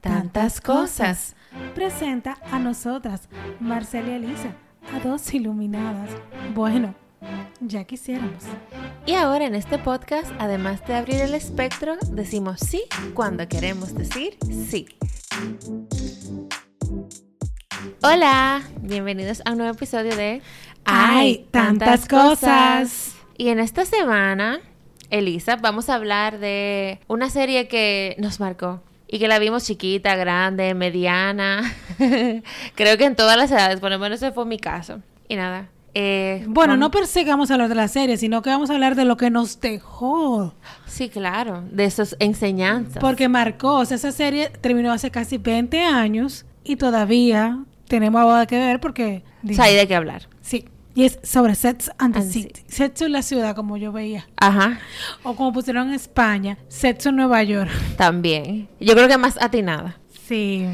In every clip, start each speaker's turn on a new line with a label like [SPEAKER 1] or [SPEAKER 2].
[SPEAKER 1] tantas cosas.
[SPEAKER 2] Presenta a nosotras, Marcela y Elisa, a dos iluminadas. Bueno, ya quisiéramos.
[SPEAKER 1] Y ahora en este podcast, además de abrir el espectro, decimos sí cuando queremos decir sí. Hola, bienvenidos a un nuevo episodio de
[SPEAKER 2] ¡Ay, tantas cosas!
[SPEAKER 1] Y en esta semana, Elisa, vamos a hablar de una serie que nos marcó y que la vimos chiquita, grande, mediana. Creo que en todas las edades, por lo menos ese fue mi caso. Y nada. eh,
[SPEAKER 2] Bueno,
[SPEAKER 1] vamos-
[SPEAKER 2] no per se que vamos a hablar de la serie, sino que vamos a hablar de lo que nos dejó.
[SPEAKER 1] Sí, claro, de esas enseñanzas.
[SPEAKER 2] Porque marcó, o sea, esa serie terminó hace casi 20 años y todavía tenemos algo que ver porque...
[SPEAKER 1] O sea, hay de qué hablar.
[SPEAKER 2] Sí, y es sobre Sets and the
[SPEAKER 1] And the
[SPEAKER 2] City. Sets en la ciudad, como yo veía.
[SPEAKER 1] Ajá,
[SPEAKER 2] O como pusieron en España, Sets en Nueva York.
[SPEAKER 1] también. Yo creo que más atinada.
[SPEAKER 2] Sí.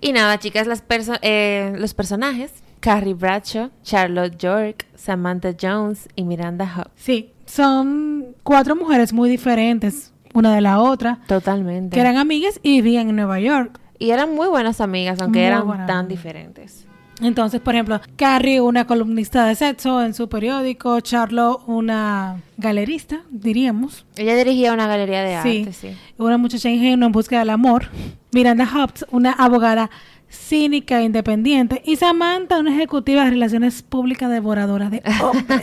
[SPEAKER 1] Y nada, chicas, las perso- eh, los personajes, Carrie Bradshaw, Charlotte York, Samantha Jones y Miranda Hobbs.
[SPEAKER 2] Sí, son cuatro mujeres muy diferentes una de la otra,
[SPEAKER 1] Totalmente.
[SPEAKER 2] que eran amigas y vivían en Nueva York.
[SPEAKER 1] Y eran muy buenas amigas, aunque
[SPEAKER 2] Muy
[SPEAKER 1] eran
[SPEAKER 2] buenas
[SPEAKER 1] tan
[SPEAKER 2] amigas.
[SPEAKER 1] diferentes.
[SPEAKER 2] Entonces, por ejemplo, Carrie, una columnista de sexo en su periódico, Charlotte, una galerista, diríamos.
[SPEAKER 1] Ella dirigía una galería de arte, sí.
[SPEAKER 2] Una muchacha ingenua en busca del amor. Miranda Hobbs, una abogada cínica e independiente. Y Samantha, una ejecutiva de relaciones públicas devoradora de hombres.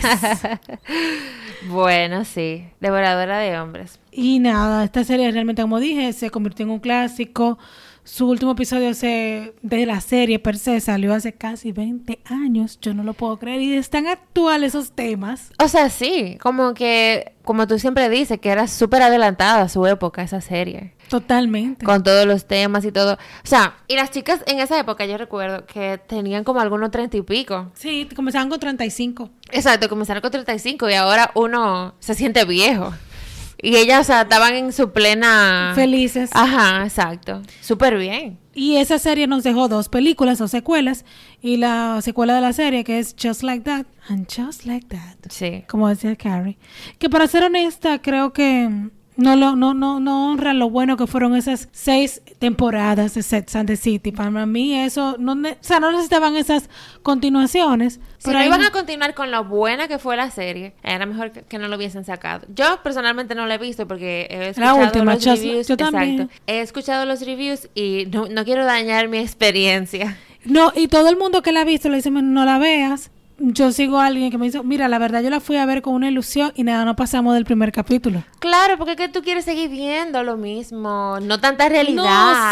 [SPEAKER 1] Bueno, sí, devoradora de hombres.
[SPEAKER 2] y nada, esta serie realmente, como dije, se convirtió en un clásico. Su último episodio se, de la serie per se salió hace casi 20 años. Yo no lo puedo creer. Y están actuales esos temas.
[SPEAKER 1] O sea, sí, como que, como tú siempre dices, que era súper adelantada a su época esa serie.
[SPEAKER 2] Totalmente.
[SPEAKER 1] Con todos los temas y todo. O sea, y las chicas en esa época yo recuerdo que tenían como algunos treinta y pico.
[SPEAKER 2] Sí, comenzaban con 35.
[SPEAKER 1] Exacto, comenzaron con 35 y ahora uno se siente viejo. Y ellas, o sea, estaban en su plena...
[SPEAKER 2] Felices.
[SPEAKER 1] Ajá, exacto. Súper bien.
[SPEAKER 2] Y esa serie nos dejó dos películas o secuelas. Y la secuela de la serie que es Just Like That and Just Like That.
[SPEAKER 1] Sí.
[SPEAKER 2] Como decía Carrie. Que para ser honesta, creo que mm, no, lo, no, no, no honra lo bueno que fueron esas seis temporadas de Sex and the City. Para mí eso, no, ne- o sea, no necesitaban esas continuaciones.
[SPEAKER 1] Si
[SPEAKER 2] pero
[SPEAKER 1] no
[SPEAKER 2] ahí-
[SPEAKER 1] iban a continuar con lo buena que fue la serie, era mejor que, que no lo hubiesen sacado. Yo personalmente no la he visto porque he escuchado
[SPEAKER 2] última,
[SPEAKER 1] los
[SPEAKER 2] Just-
[SPEAKER 1] reviews.
[SPEAKER 2] yo también.
[SPEAKER 1] Exacto. He escuchado los reviews y no, no quiero dañar mi experiencia.
[SPEAKER 2] No, y todo el mundo que la ha visto le dice, no la veas. Yo sigo a alguien que me dice, mira, la verdad yo la fui a ver con una ilusión y nada, no pasamos del primer capítulo.
[SPEAKER 1] Claro, porque es que tú quieres seguir viendo lo mismo, no tanta realidad.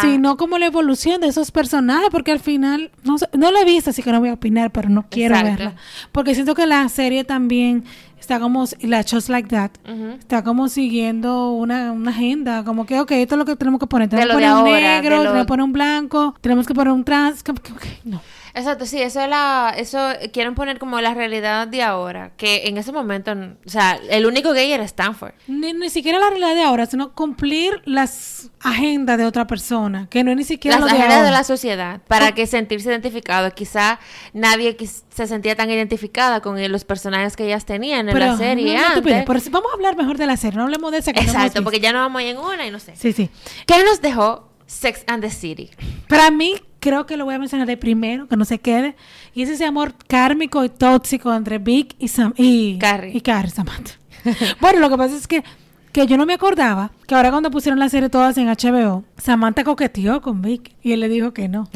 [SPEAKER 2] No, sino como la evolución de esos personajes, porque al final, no sé, no la he visto, así que no voy a opinar, pero no quiero
[SPEAKER 1] Exacto.
[SPEAKER 2] verla. Porque siento que la serie también está como, s- la Just Like That,
[SPEAKER 1] Ujú.
[SPEAKER 2] está como siguiendo una, una agenda, como que, ok, esto es lo que tenemos que poner.
[SPEAKER 1] De
[SPEAKER 2] Tenemos que
[SPEAKER 1] lo de
[SPEAKER 2] poner un
[SPEAKER 1] ahora, de
[SPEAKER 2] negro,
[SPEAKER 1] lo-
[SPEAKER 2] tenemos que poner un blanco, tenemos que poner un trans, que- que- que- no.
[SPEAKER 1] Exacto, sí, eso es la, eso quieren poner como la realidad de ahora, que en ese momento, n- o sea, el único gay era Stanford.
[SPEAKER 2] Ni, ni siquiera la realidad de ahora, sino cumplir las agendas de otra persona, que no es ni siquiera lo
[SPEAKER 1] Las
[SPEAKER 2] Ah. de
[SPEAKER 1] agendas de
[SPEAKER 2] ahora.
[SPEAKER 1] la sociedad, para que sentirse identificado. Quizá nadie quis- se sentía tan identificada con eh, los personajes que ellas tenían en
[SPEAKER 2] Pero,
[SPEAKER 1] la serie
[SPEAKER 2] no, no te
[SPEAKER 1] antes.
[SPEAKER 2] pidas, pero si- vamos a hablar mejor de la serie, no hablemos de esa que no hemos
[SPEAKER 1] Exacto,
[SPEAKER 2] visto.
[SPEAKER 1] porque ya no vamos en una y no sé.
[SPEAKER 2] Sí, sí.
[SPEAKER 1] ¿Qué nos dejó Sex and the City?
[SPEAKER 2] Para mí, creo que lo voy a mencionar de primero, que no se quede. Y es ese amor kármico y tóxico entre Vic y Sam y
[SPEAKER 1] Carrie.
[SPEAKER 2] Y Carrie, Samantha. bueno, lo que pasa es que, que yo no me acordaba que ahora cuando pusieron la serie todas en HBO, Samantha coqueteó con Vic y él le dijo que no.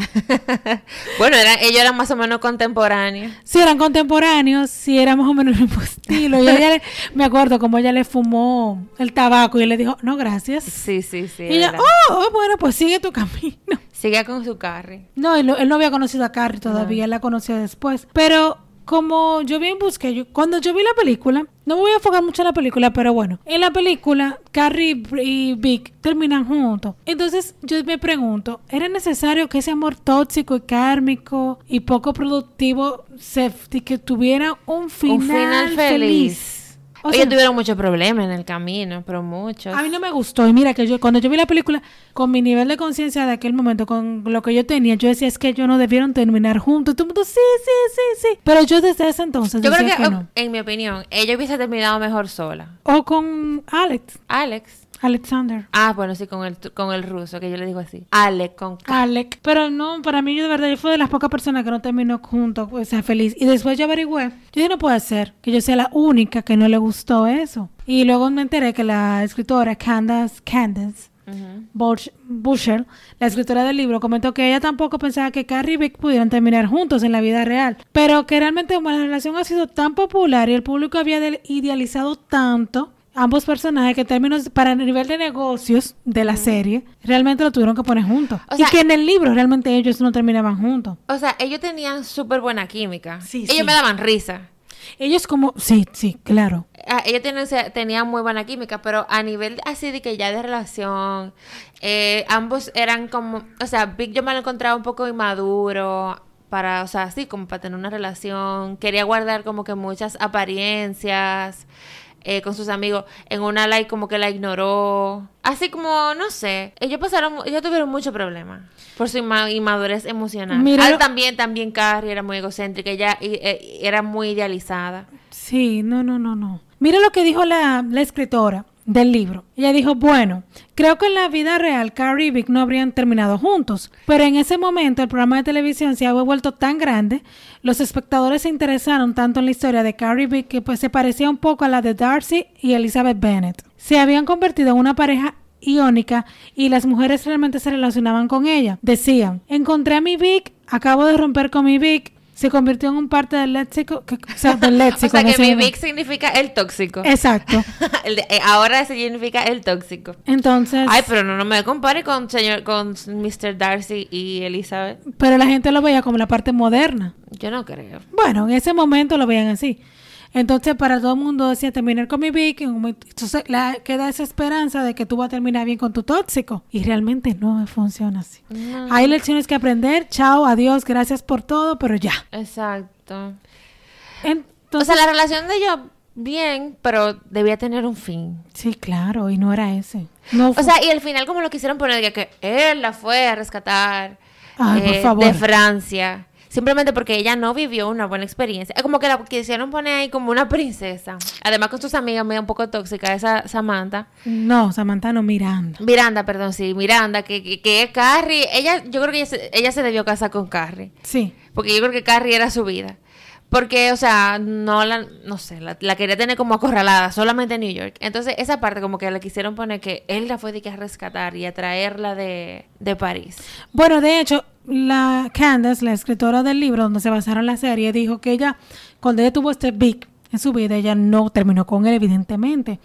[SPEAKER 1] bueno, eran, ellos eran más o menos contemporáneos.
[SPEAKER 2] Si eran contemporáneos, si era más o menos el mismo estilo. Y ella le- me acuerdo como ella le fumó el tabaco y él le dijo, no, gracias.
[SPEAKER 1] Sí, sí, sí.
[SPEAKER 2] y ella,
[SPEAKER 1] era.
[SPEAKER 2] oh, oh, bueno, pues sigue tu camino.
[SPEAKER 1] Sigue con su carry.
[SPEAKER 2] No, él, no- él no había conocido a Carrie todavía, él la conoció después. Pero como yo bien busqué, yo, cuando yo vi la película, no me voy a enfocar mucho en la película, pero bueno, en la película Carrie y Br- y Vic terminan juntos. Entonces yo me pregunto, ¿era necesario que ese amor tóxico y kármico y poco productivo se, que tuviera un final,
[SPEAKER 1] final feliz.
[SPEAKER 2] feliz? O
[SPEAKER 1] Ellos
[SPEAKER 2] sea,
[SPEAKER 1] tuvieron muchos problemas en el camino, pero muchos.
[SPEAKER 2] a mí no me gustó. Y mira que yo, cuando yo vi la película, con mi nivel de conciencia de aquel momento, con lo que yo tenía, yo decía, es que ellos no debieron terminar juntos. Y todo el mundo, sí, sí, sí, sí. Pero yo desde ese entonces
[SPEAKER 1] Yo creo
[SPEAKER 2] decía
[SPEAKER 1] que, oh,
[SPEAKER 2] que, no.
[SPEAKER 1] en mi opinión, ella hubiese terminado mejor sola.
[SPEAKER 2] O con Alex.
[SPEAKER 1] Alex.
[SPEAKER 2] Alexander.
[SPEAKER 1] Ah, bueno, sí, con el, con el ruso, que yo le digo así. Alec, con K.
[SPEAKER 2] Alec. Pero no, para mí, yo de verdad, yo fui de las pocas personas que no terminó junto, o sea, feliz. Y después yo averigüé. Yo dije, no puede ser que yo sea la única que no le gustó eso. Y luego me enteré que la escritora Candace, Candace
[SPEAKER 1] Ujú.
[SPEAKER 2] Bush- Busher, la escritora del libro, comentó que ella tampoco pensaba que Carrie y Vic pudieran terminar juntos en la vida real, pero que realmente como la relación ha sido tan popular y el público había del- idealizado tanto ambos personajes que en términos para el nivel de negocios de la serie realmente lo tuvieron que poner juntos
[SPEAKER 1] O sea-
[SPEAKER 2] y que en el libro realmente ellos no terminaban juntos.
[SPEAKER 1] O sea, ellos tenían súper buena química.
[SPEAKER 2] Sí,
[SPEAKER 1] ellos
[SPEAKER 2] sí.
[SPEAKER 1] me daban risa.
[SPEAKER 2] Ellos como sí, sí, claro.
[SPEAKER 1] Ah, Ellos tenían, o sea, tenían muy buena química, pero a nivel así de que ya de relación, eh, ambos eran como, o sea, Vic yo me lo encontraba un poco inmaduro para, o sea, así como para tener una relación, quería guardar como que muchas apariencias eh, con sus amigos, en una like como que la ignoró, así como, no sé, ellos pasaron, mu- ellos tuvieron mucho problema por su inma- inmadurez emocional.
[SPEAKER 2] Mira-
[SPEAKER 1] Al también, también Carrie era muy egocéntrica, ella y- eh, era muy idealizada.
[SPEAKER 2] Sí, no, no, no, no. Mira lo que dijo la, la escritora del libro. Ella dijo, bueno, creo que en la vida real Carrie y Vic no habrían terminado juntos, pero en ese momento el programa de televisión se había vuelto tan grande, los espectadores se interesaron tanto en la historia de Carrie y Vic que pues se parecía un poco a la de Darcy y Elizabeth Bennet. Se habían convertido en una pareja iónica y las mujeres realmente se relacionaban con ella. Decían, encontré a mi Vic, acabo de romper con mi Vic, se convirtió en un parte del léxico, que- o sea, del léxico.
[SPEAKER 1] O sea
[SPEAKER 2] en
[SPEAKER 1] que
[SPEAKER 2] ese
[SPEAKER 1] mi
[SPEAKER 2] momento.
[SPEAKER 1] Vic significa el tóxico.
[SPEAKER 2] Exacto.
[SPEAKER 1] El de- eh, ahora significa el tóxico.
[SPEAKER 2] Entonces,
[SPEAKER 1] Ay, pero no, no me compare con señor, con Mr. Darcy y Elizabeth.
[SPEAKER 2] pero la gente lo veía como la parte moderna.
[SPEAKER 1] Yo no creo.
[SPEAKER 2] Bueno, en ese momento lo veían así. Entonces, para todo el mundo decía terminar con mi Vic. en un momento- Entonces, la, queda esa esperanza de que tú vas a terminar bien con tu tóxico. Y realmente no funciona así.
[SPEAKER 1] No.
[SPEAKER 2] Hay lecciones que aprender. Chao, adiós, gracias por todo, pero ya.
[SPEAKER 1] Exacto. o
[SPEAKER 2] Entonces,
[SPEAKER 1] sea, la relación de ellos, bien, pero debía tener un fin.
[SPEAKER 2] sí, claro, y no era ese. No
[SPEAKER 1] O
[SPEAKER 2] fu-
[SPEAKER 1] sea, y al final como lo quisieron poner, de que él la fue a rescatar
[SPEAKER 2] Ay, por
[SPEAKER 1] eh,
[SPEAKER 2] favor.
[SPEAKER 1] de Francia. Simplemente porque ella no vivió una buena experiencia. Eh, Como que la quisieron poner ahí como una princesa. Además con sus amigas medio un poco tóxica, esa Samantha.
[SPEAKER 2] no, Samantha no, Miranda.
[SPEAKER 1] Miranda, perdón, sí, Miranda, que, que, que Carrie, ella, yo creo que ella se, ella se debió casar con Carrie,
[SPEAKER 2] Sí.
[SPEAKER 1] porque yo creo que Carrie era su vida. Porque, o sea, no la, no sé, la, la quería tener como acorralada, solamente en New York. Entonces, esa parte como que le quisieron poner que él la fue de que a rescatar y a traerla de, de París.
[SPEAKER 2] Bueno, de hecho, la Candace, la escritora del libro donde se basaron la serie, dijo que ella, cuando ella tuvo este Big en su vida, ella no terminó con él, evidentemente.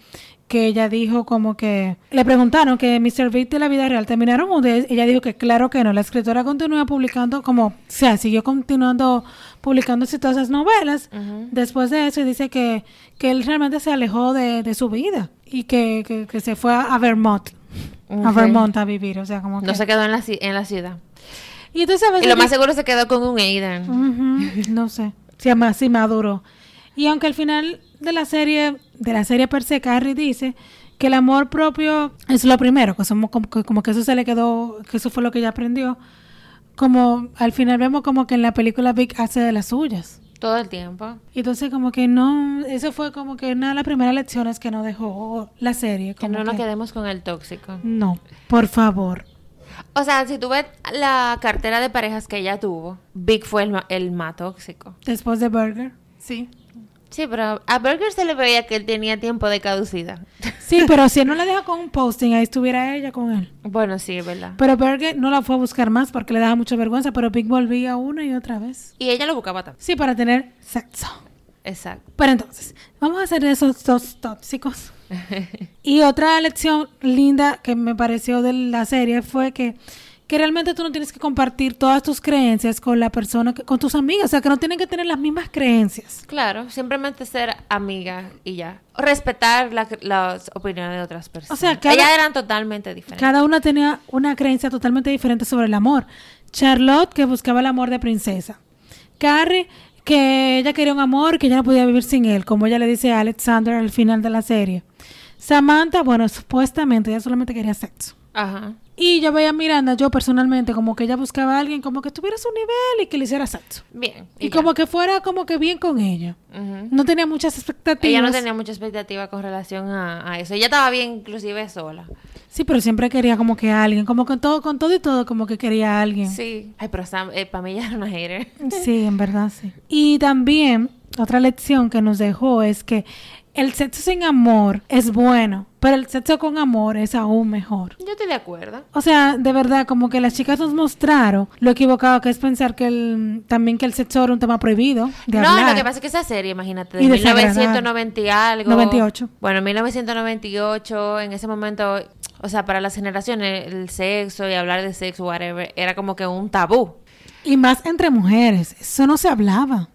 [SPEAKER 2] Que ella dijo como que... Le preguntaron que Mr. Big de la vida real terminaron juntos. Ella dijo que claro que no. La escritora continúa publicando como... O sea, siguió continuando publicando exitosas novelas. Después de eso, y dice que, que él realmente se alejó de, de su vida. Y que, que- que se fue a, a Vermont. A
[SPEAKER 1] Ok.
[SPEAKER 2] Vermont a vivir. O sea, como que...
[SPEAKER 1] No se quedó en la, ci- en la ciudad.
[SPEAKER 2] Y entonces a veces
[SPEAKER 1] Y lo
[SPEAKER 2] yo-
[SPEAKER 1] más seguro se quedó con un Aidan.
[SPEAKER 2] Ujú, No sé. Se llama así Maduro. Y aunque al final de la serie, de la serie per se, Carrie dice que el amor propio es lo primero, que somos como, que- como que eso se le quedó, que eso fue lo que ella aprendió. Como al final vemos como que en la película Vic hace de las suyas.
[SPEAKER 1] Todo el tiempo.
[SPEAKER 2] Y Entonces como que no, eso fue como que una de las primeras lecciones que nos dejó la serie.
[SPEAKER 1] Que
[SPEAKER 2] como
[SPEAKER 1] no nos
[SPEAKER 2] que-
[SPEAKER 1] quedemos con el tóxico.
[SPEAKER 2] No, por favor.
[SPEAKER 1] O sea, si tú ves la cartera de parejas que ella tuvo, Big fue el, ma- el más tóxico.
[SPEAKER 2] Después de Burger. Sí.
[SPEAKER 1] Sí, pero a Burger se le veía que él tenía tiempo de caducidad.
[SPEAKER 2] Sí, pero si él no la deja con un posting, ahí estuviera ella con él.
[SPEAKER 1] Bueno, sí, es verdad.
[SPEAKER 2] Pero Berger no la fue a buscar más porque le daba mucha vergüenza, pero Big volvía una y otra vez.
[SPEAKER 1] Y ella lo buscaba también.
[SPEAKER 2] Sí, para tener sexo.
[SPEAKER 1] Exacto.
[SPEAKER 2] Pero entonces, vamos a hacer esos dos tóxicos. Y otra lección linda que me pareció de la serie fue que, que realmente tú no tienes que compartir todas tus creencias con la persona, que- con tus amigas. O sea, que no tienen que tener las mismas creencias.
[SPEAKER 1] claro, simplemente ser amiga y ya. Respetar la- las opiniones de otras personas.
[SPEAKER 2] O sea, cada-
[SPEAKER 1] Ellas eran totalmente diferentes.
[SPEAKER 2] Cada una tenía una creencia totalmente diferente sobre el amor. Charlotte, que buscaba el amor de princesa. Carrie, que ella quería un amor que ella no podía vivir sin él, como ella le dice a Alexander al final de la serie. Samantha, bueno, supuestamente ella solamente quería sexo.
[SPEAKER 1] Ajá.
[SPEAKER 2] Y yo veía a Miranda, yo personalmente, como que ella buscaba a alguien como que estuviera a su nivel y que le hiciera sexo.
[SPEAKER 1] Bien.
[SPEAKER 2] Y,
[SPEAKER 1] ya.
[SPEAKER 2] como que fuera como que bien con ella.
[SPEAKER 1] Ujú.
[SPEAKER 2] No tenía muchas expectativas.
[SPEAKER 1] Ella no tenía mucha expectativa con relación a, a eso. Ella estaba bien, inclusive sola.
[SPEAKER 2] Sí, pero siempre quería como que a alguien, como con todo, con todo y todo, como que quería a alguien.
[SPEAKER 1] Sí. Ay, pero Sam, eh, para mí ella era una hater.
[SPEAKER 2] Sí, en verdad, sí. Y también, otra lección que nos dejó es que el sexo sin amor es bueno, pero el sexo con amor es aún mejor.
[SPEAKER 1] Yo estoy de acuerdo.
[SPEAKER 2] O sea, de verdad, como que las chicas nos mostraron lo equivocado que es pensar que el, también que el sexo era un tema prohibido de
[SPEAKER 1] no,
[SPEAKER 2] hablar.
[SPEAKER 1] lo que pasa es que esa serie, imagínate, de
[SPEAKER 2] Y desagradable.
[SPEAKER 1] 1990 y algo.
[SPEAKER 2] 98.
[SPEAKER 1] Bueno, 1998, en ese momento, o sea, para las generaciones, el sexo y hablar de sexo, whatever, era como que un tabú.
[SPEAKER 2] Y más entre mujeres, eso no se hablaba.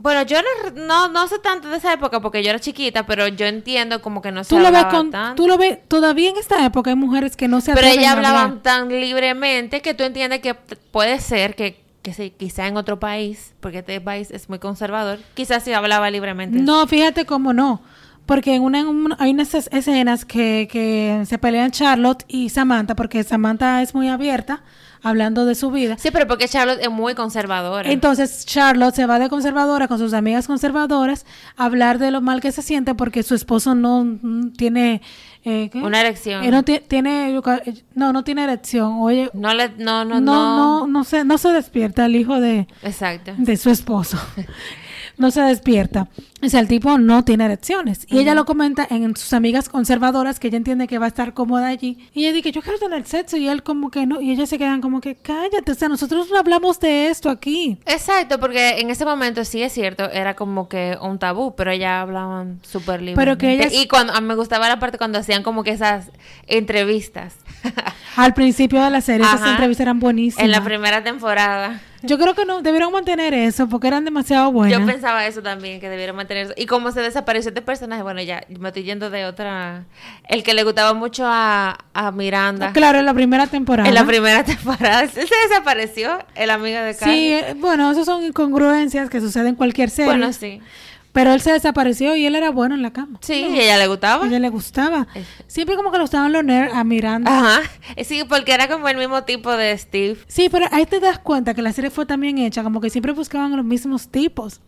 [SPEAKER 1] Bueno, yo no, no, no sé tanto de esa época porque yo era chiquita, pero yo entiendo como que no se
[SPEAKER 2] Tú lo, ves
[SPEAKER 1] hablaba
[SPEAKER 2] con,
[SPEAKER 1] tanto.
[SPEAKER 2] tú lo ves, todavía en esta época hay mujeres que no se
[SPEAKER 1] pero
[SPEAKER 2] atreven
[SPEAKER 1] ellas
[SPEAKER 2] a hablar.
[SPEAKER 1] hablaban tan libremente que tú entiendes que p- puede ser que, que sí, quizá en otro país, porque este país es muy conservador, quizás sí hablaba libremente.
[SPEAKER 2] No, fíjate cómo no. Porque en una, en un- hay unas es- escenas que, que se pelean Charlotte y Samantha, porque Samantha es muy abierta hablando de su vida.
[SPEAKER 1] Sí, pero porque Charlotte es muy conservadora.
[SPEAKER 2] Entonces Charlotte se va de conservadora con sus amigas conservadoras a hablar de lo mal que se siente porque su esposo no mm, tiene... eh, ¿qué?
[SPEAKER 1] Una erección.
[SPEAKER 2] Eh, no, ti- tiene, eh, no, no tiene erección. Oye,
[SPEAKER 1] No le, no,
[SPEAKER 2] no,
[SPEAKER 1] no,
[SPEAKER 2] no, no, se, no se despierta el hijo de,
[SPEAKER 1] Exacto.
[SPEAKER 2] de su esposo. No se despierta. O sea, el tipo no tiene erecciones. Y ella lo comenta en sus amigas conservadoras que ella entiende que va a estar cómoda allí. Y ella dice, yo quiero tener sexo. Y él como que no. Y ellas se quedan como que, cállate. O sea, nosotros no hablamos de esto aquí.
[SPEAKER 1] Exacto, porque en ese momento sí es cierto, era como que un tabú, pero ellas hablaban súper libre.
[SPEAKER 2] Pero que ellas-
[SPEAKER 1] Y cuando, a mí me gustaba la parte cuando hacían como que esas entrevistas.
[SPEAKER 2] Al principio de la serie esas
[SPEAKER 1] Ajá.
[SPEAKER 2] entrevistas eran buenísimas.
[SPEAKER 1] En la primera temporada.
[SPEAKER 2] yo creo que no, debieron mantener eso porque eran demasiado buenas.
[SPEAKER 1] Yo pensaba eso también, que debieron mantener eso. Y como se desapareció este personaje, bueno, ya me estoy yendo de otra... El que le gustaba mucho a, a Miranda.
[SPEAKER 2] Claro, en la primera temporada.
[SPEAKER 1] En la primera temporada. Se desapareció el amigo de Carlos.
[SPEAKER 2] Sí, eh, bueno, esas son incongruencias que suceden en cualquier serie.
[SPEAKER 1] Bueno, sí.
[SPEAKER 2] Pero él se desapareció y él era bueno en la cama.
[SPEAKER 1] Sí, y a ella le gustaba.
[SPEAKER 2] A ella le gustaba.
[SPEAKER 1] Es-
[SPEAKER 2] Siempre como que le gustaban los ah, nerds a Miranda.
[SPEAKER 1] Ajá. Eh, Sí, porque era como el mismo tipo de Steve.
[SPEAKER 2] Sí, pero ahí te das cuenta que la serie fue también hecha, como que siempre buscaban los mismos tipos.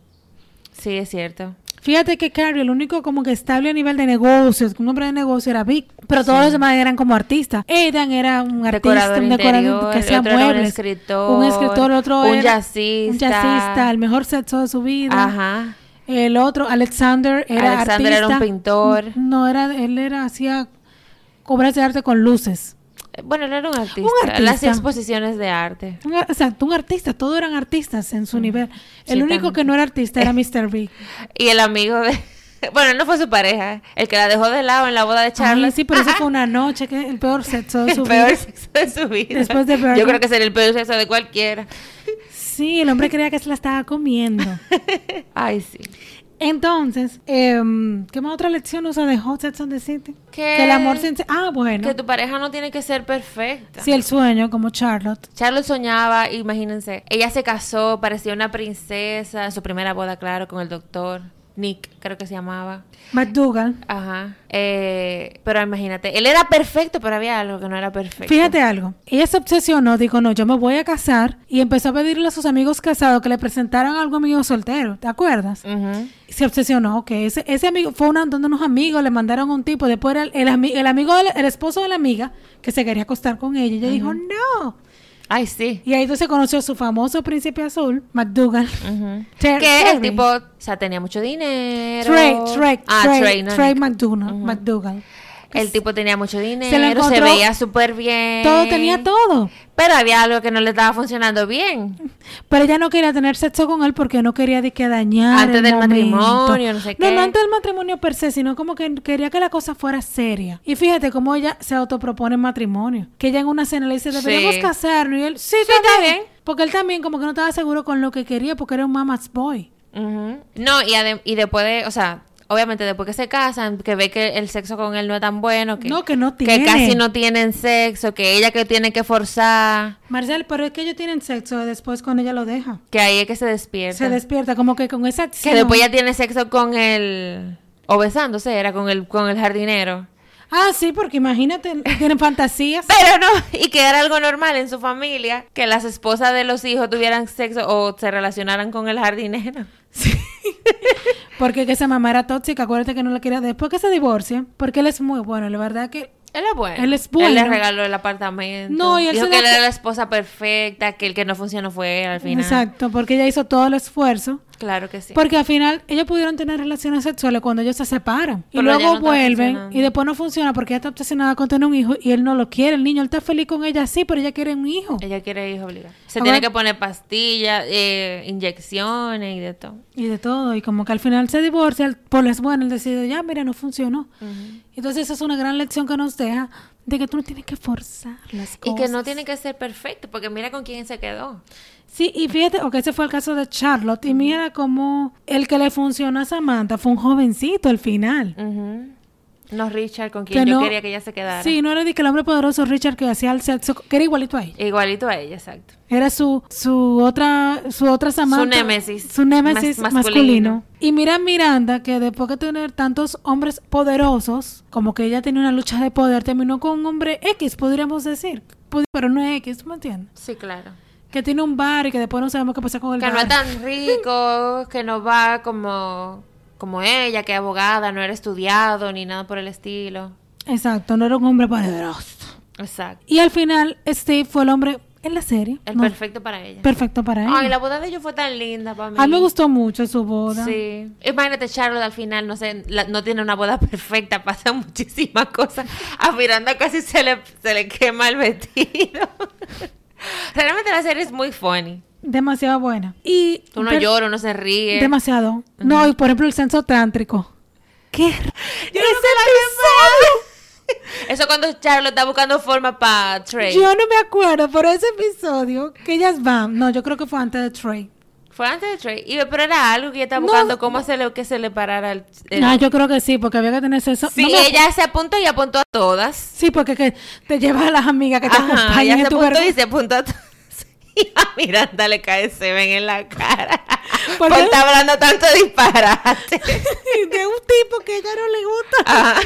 [SPEAKER 1] Sí, es cierto.
[SPEAKER 2] Fíjate que Carrie, el único como que estable a nivel de negocios, un hombre de negocio era Vic, pero todos los demás eran como artistas. Aidan era un artista,
[SPEAKER 1] Decorador
[SPEAKER 2] un decorador
[SPEAKER 1] interior,
[SPEAKER 2] que hacía
[SPEAKER 1] otro era un
[SPEAKER 2] muebles.
[SPEAKER 1] escritor,
[SPEAKER 2] un escritor, el otro
[SPEAKER 1] un
[SPEAKER 2] era
[SPEAKER 1] jazzista.
[SPEAKER 2] un jazzista, el mejor sexo de su vida.
[SPEAKER 1] Ajá.
[SPEAKER 2] El otro, Alexander, era
[SPEAKER 1] Alexander era un
[SPEAKER 2] artista.
[SPEAKER 1] pintor.
[SPEAKER 2] No, era, él era, hacía obras de arte con luces.
[SPEAKER 1] Eh, Bueno, él era un artista.
[SPEAKER 2] Un artista.
[SPEAKER 1] Las exposiciones de arte.
[SPEAKER 2] Un ar- Exacto, un artista, todos eran artistas en su nivel. El
[SPEAKER 1] Mm, sí,
[SPEAKER 2] único
[SPEAKER 1] tan-
[SPEAKER 2] que no era artista era Mr. Big.
[SPEAKER 1] Y el amigo de... Bueno, no fue su pareja. El que la dejó de lado en la boda de Charlie.
[SPEAKER 2] Ay, sí, pero eso fue una noche, que el peor sexo de
[SPEAKER 1] El
[SPEAKER 2] su
[SPEAKER 1] peor
[SPEAKER 2] vida.
[SPEAKER 1] sexo de su vida.
[SPEAKER 2] Después de Bernie.
[SPEAKER 1] Yo creo que sería el peor sexo de cualquiera.
[SPEAKER 2] Sí, el hombre creía que se la estaba comiendo.
[SPEAKER 1] Ay, sí.
[SPEAKER 2] Entonces, em, ¿qué más otra lección nos dejó Sex and the City?
[SPEAKER 1] Que-
[SPEAKER 2] el amor sin... se- Ah, bueno.
[SPEAKER 1] Que tu pareja no tiene que ser perfecta.
[SPEAKER 2] Sí, el sueño, como Charlotte.
[SPEAKER 1] Charlotte soñaba, imagínense, ella se casó, parecía una princesa, en su primera boda, claro, con el doctor Nick, creo que se llamaba.
[SPEAKER 2] McDougall.
[SPEAKER 1] Ajá. Eh, pero imagínate, él era perfecto, pero había algo que no era perfecto.
[SPEAKER 2] Fíjate algo, ella se obsesionó, dijo, no, yo me voy a casar y empezó a pedirle a sus amigos casados que le presentaran algo amigo soltero, ¿te acuerdas?
[SPEAKER 1] Ujú.
[SPEAKER 2] Se obsesionó, que ese, ese amigo, fue una- donde unos amigos, le mandaron un tipo, después era el, el ami- el amigo, del- el esposo de la amiga que se quería acostar con ella, y ella dijo, no.
[SPEAKER 1] Ay, sí.
[SPEAKER 2] Y ahí entonces conoció su famoso príncipe azul, McDougall.
[SPEAKER 1] Ujú.
[SPEAKER 2] Ter-
[SPEAKER 1] que el
[SPEAKER 2] Terry.
[SPEAKER 1] tipo, o sea, tenía mucho dinero.
[SPEAKER 2] Trey, Trey,
[SPEAKER 1] ah,
[SPEAKER 2] Trey,
[SPEAKER 1] Trey, no,
[SPEAKER 2] Trey
[SPEAKER 1] Nick.
[SPEAKER 2] McDougall. McDougall.
[SPEAKER 1] El tipo tenía mucho dinero, se,
[SPEAKER 2] encontró-
[SPEAKER 1] veía súper bien.
[SPEAKER 2] Todo
[SPEAKER 1] Eh.
[SPEAKER 2] tenía todo.
[SPEAKER 1] Pero había algo que no le estaba funcionando bien.
[SPEAKER 2] Pero ella no quería tener sexo con él porque no quería de que dañar.
[SPEAKER 1] Antes
[SPEAKER 2] el
[SPEAKER 1] del
[SPEAKER 2] momento.
[SPEAKER 1] matrimonio, no sé
[SPEAKER 2] No,
[SPEAKER 1] qué.
[SPEAKER 2] no antes del matrimonio per se, sino como que quería que la cosa fuera seria. Y fíjate cómo ella se autopropone matrimonio. Que ella en una cena le dice, deberíamos
[SPEAKER 1] Sí.
[SPEAKER 2] casarnos. Y él, sí,
[SPEAKER 1] Sí,
[SPEAKER 2] está,
[SPEAKER 1] está
[SPEAKER 2] bien.
[SPEAKER 1] bien.
[SPEAKER 2] Porque él también como que no estaba seguro con lo que quería porque era un mama's boy.
[SPEAKER 1] Ujú. No, y, adem- y después de, o sea, obviamente después que se casan, que ve que el sexo con él no es tan bueno, que,
[SPEAKER 2] No, que no
[SPEAKER 1] que
[SPEAKER 2] tiene.
[SPEAKER 1] casi no tienen sexo, que ella que tiene que forzar,
[SPEAKER 2] Marcel, pero es que ellos tienen sexo después cuando ella lo deja.
[SPEAKER 1] que ahí es que se despierta.
[SPEAKER 2] Se despierta como que con esa
[SPEAKER 1] que
[SPEAKER 2] acción.
[SPEAKER 1] después ya tiene sexo con el, o besándose, era con el, con el jardinero.
[SPEAKER 2] Ah, sí, porque imagínate, tienen fantasías.
[SPEAKER 1] Pero no, y que era algo normal en su familia que las esposas de los hijos tuvieran sexo o se relacionaran con el jardinero.
[SPEAKER 2] Sí. Porque que esa mamá era tóxica, acuérdate que no la quería después que se divorcia, porque él es muy bueno, la verdad que
[SPEAKER 1] Él es bueno.
[SPEAKER 2] Él es bueno.
[SPEAKER 1] Él le regaló el apartamento.
[SPEAKER 2] No, y él
[SPEAKER 1] Dijo
[SPEAKER 2] se da
[SPEAKER 1] que él era
[SPEAKER 2] cu-
[SPEAKER 1] la esposa perfecta, que el que no funcionó fue él al final.
[SPEAKER 2] Exacto, porque ella hizo todo el esfuerzo.
[SPEAKER 1] Claro que sí.
[SPEAKER 2] Porque al final ellos pudieron tener relaciones sexuales cuando ellos se separan.
[SPEAKER 1] Pero
[SPEAKER 2] y
[SPEAKER 1] ya no
[SPEAKER 2] luego
[SPEAKER 1] está
[SPEAKER 2] vuelven
[SPEAKER 1] funcionando.
[SPEAKER 2] y después no funciona porque ella está obsesionada con tener un hijo y él no lo quiere. El niño, él está feliz con ella, sí, pero ella quiere un hijo.
[SPEAKER 1] Ella quiere hijos obligados. Se
[SPEAKER 2] Ahora-
[SPEAKER 1] tiene que poner pastillas, eh, inyecciones y de todo.
[SPEAKER 2] Y de todo. Y como que al final se divorcia, él, por las buenas, él decide, ya, mira, no funcionó. Entonces esa es una gran lección que nos deja de que tú no tienes que forzar las
[SPEAKER 1] Y
[SPEAKER 2] cosas.
[SPEAKER 1] que no tiene que ser perfecto, porque mira con quién se quedó.
[SPEAKER 2] Sí, y fíjate, ok, ese fue el caso de Charlotte. Y mira cómo el que le funcionó a Samantha fue un jovencito al final.
[SPEAKER 1] Ujú. No Richard, con quien yo
[SPEAKER 2] no-
[SPEAKER 1] quería que ella se quedara.
[SPEAKER 2] Sí, no era de que el hombre poderoso Richard que hacía el sexo, que era igualito a ella.
[SPEAKER 1] Igualito a ella, exacto.
[SPEAKER 2] Era su, su otra su otra Samantha.
[SPEAKER 1] némesis.
[SPEAKER 2] Su némesis
[SPEAKER 1] Mas-
[SPEAKER 2] masculino.
[SPEAKER 1] masculino.
[SPEAKER 2] Y mira a Miranda, que después de tener tantos hombres poderosos, como que ella tenía una lucha de poder, terminó con un hombre X, podríamos decir. Pod- Pero no es X, ¿tú me entiendes?
[SPEAKER 1] Sí, claro.
[SPEAKER 2] Que tiene un bar y que después no sabemos qué pasa con el
[SPEAKER 1] Que no
[SPEAKER 2] bar.
[SPEAKER 1] es tan rico, que no va como, como ella, que es abogada, no era estudiado ni nada por el estilo.
[SPEAKER 2] Exacto, no era un hombre poderoso.
[SPEAKER 1] Exacto.
[SPEAKER 2] Y al final, Steve fue el hombre en la serie.
[SPEAKER 1] El
[SPEAKER 2] ¿no?
[SPEAKER 1] perfecto para ella.
[SPEAKER 2] perfecto para él.
[SPEAKER 1] Ay, la boda de ellos fue tan linda para mí.
[SPEAKER 2] A mí me gustó mucho su boda.
[SPEAKER 1] Sí. Imagínate, Charlotte al final, no sé, la- no tiene una boda perfecta, pasan muchísimas cosas. A Miranda casi se le, se le quema el vestido. Realmente la serie es muy funny.
[SPEAKER 2] Demasiado buena. Y
[SPEAKER 1] Uno
[SPEAKER 2] pero-
[SPEAKER 1] llora, uno se ríe.
[SPEAKER 2] Demasiado. No, y por ejemplo el censo trántrico. ¿Qué?
[SPEAKER 1] Yo no sé Eso cuando Charlotte está buscando forma para Trey.
[SPEAKER 2] Yo no me acuerdo por ese episodio que ellas van. No, yo creo que fue antes de Trey.
[SPEAKER 1] Fue antes de Trey. Y, pero era algo que ella estaba
[SPEAKER 2] No.
[SPEAKER 1] buscando cómo hacerle que se le parara el. el-
[SPEAKER 2] No, yo creo que sí, porque había que tener censo.
[SPEAKER 1] Eh. sí,
[SPEAKER 2] no me acu-
[SPEAKER 1] ella se apuntó y apuntó a todas.
[SPEAKER 2] Sí, porque que te llevas a las amigas que te
[SPEAKER 1] Ajá,
[SPEAKER 2] acompañan
[SPEAKER 1] ella
[SPEAKER 2] en
[SPEAKER 1] se
[SPEAKER 2] tu
[SPEAKER 1] apuntó
[SPEAKER 2] verga.
[SPEAKER 1] y se apuntó a todas. Y a Miranda le cae semen en la cara.
[SPEAKER 2] ¿Por
[SPEAKER 1] Porque
[SPEAKER 2] qué?
[SPEAKER 1] está hablando tanto disparate.
[SPEAKER 2] de un tipo que a ella no le gusta.
[SPEAKER 1] Ajá.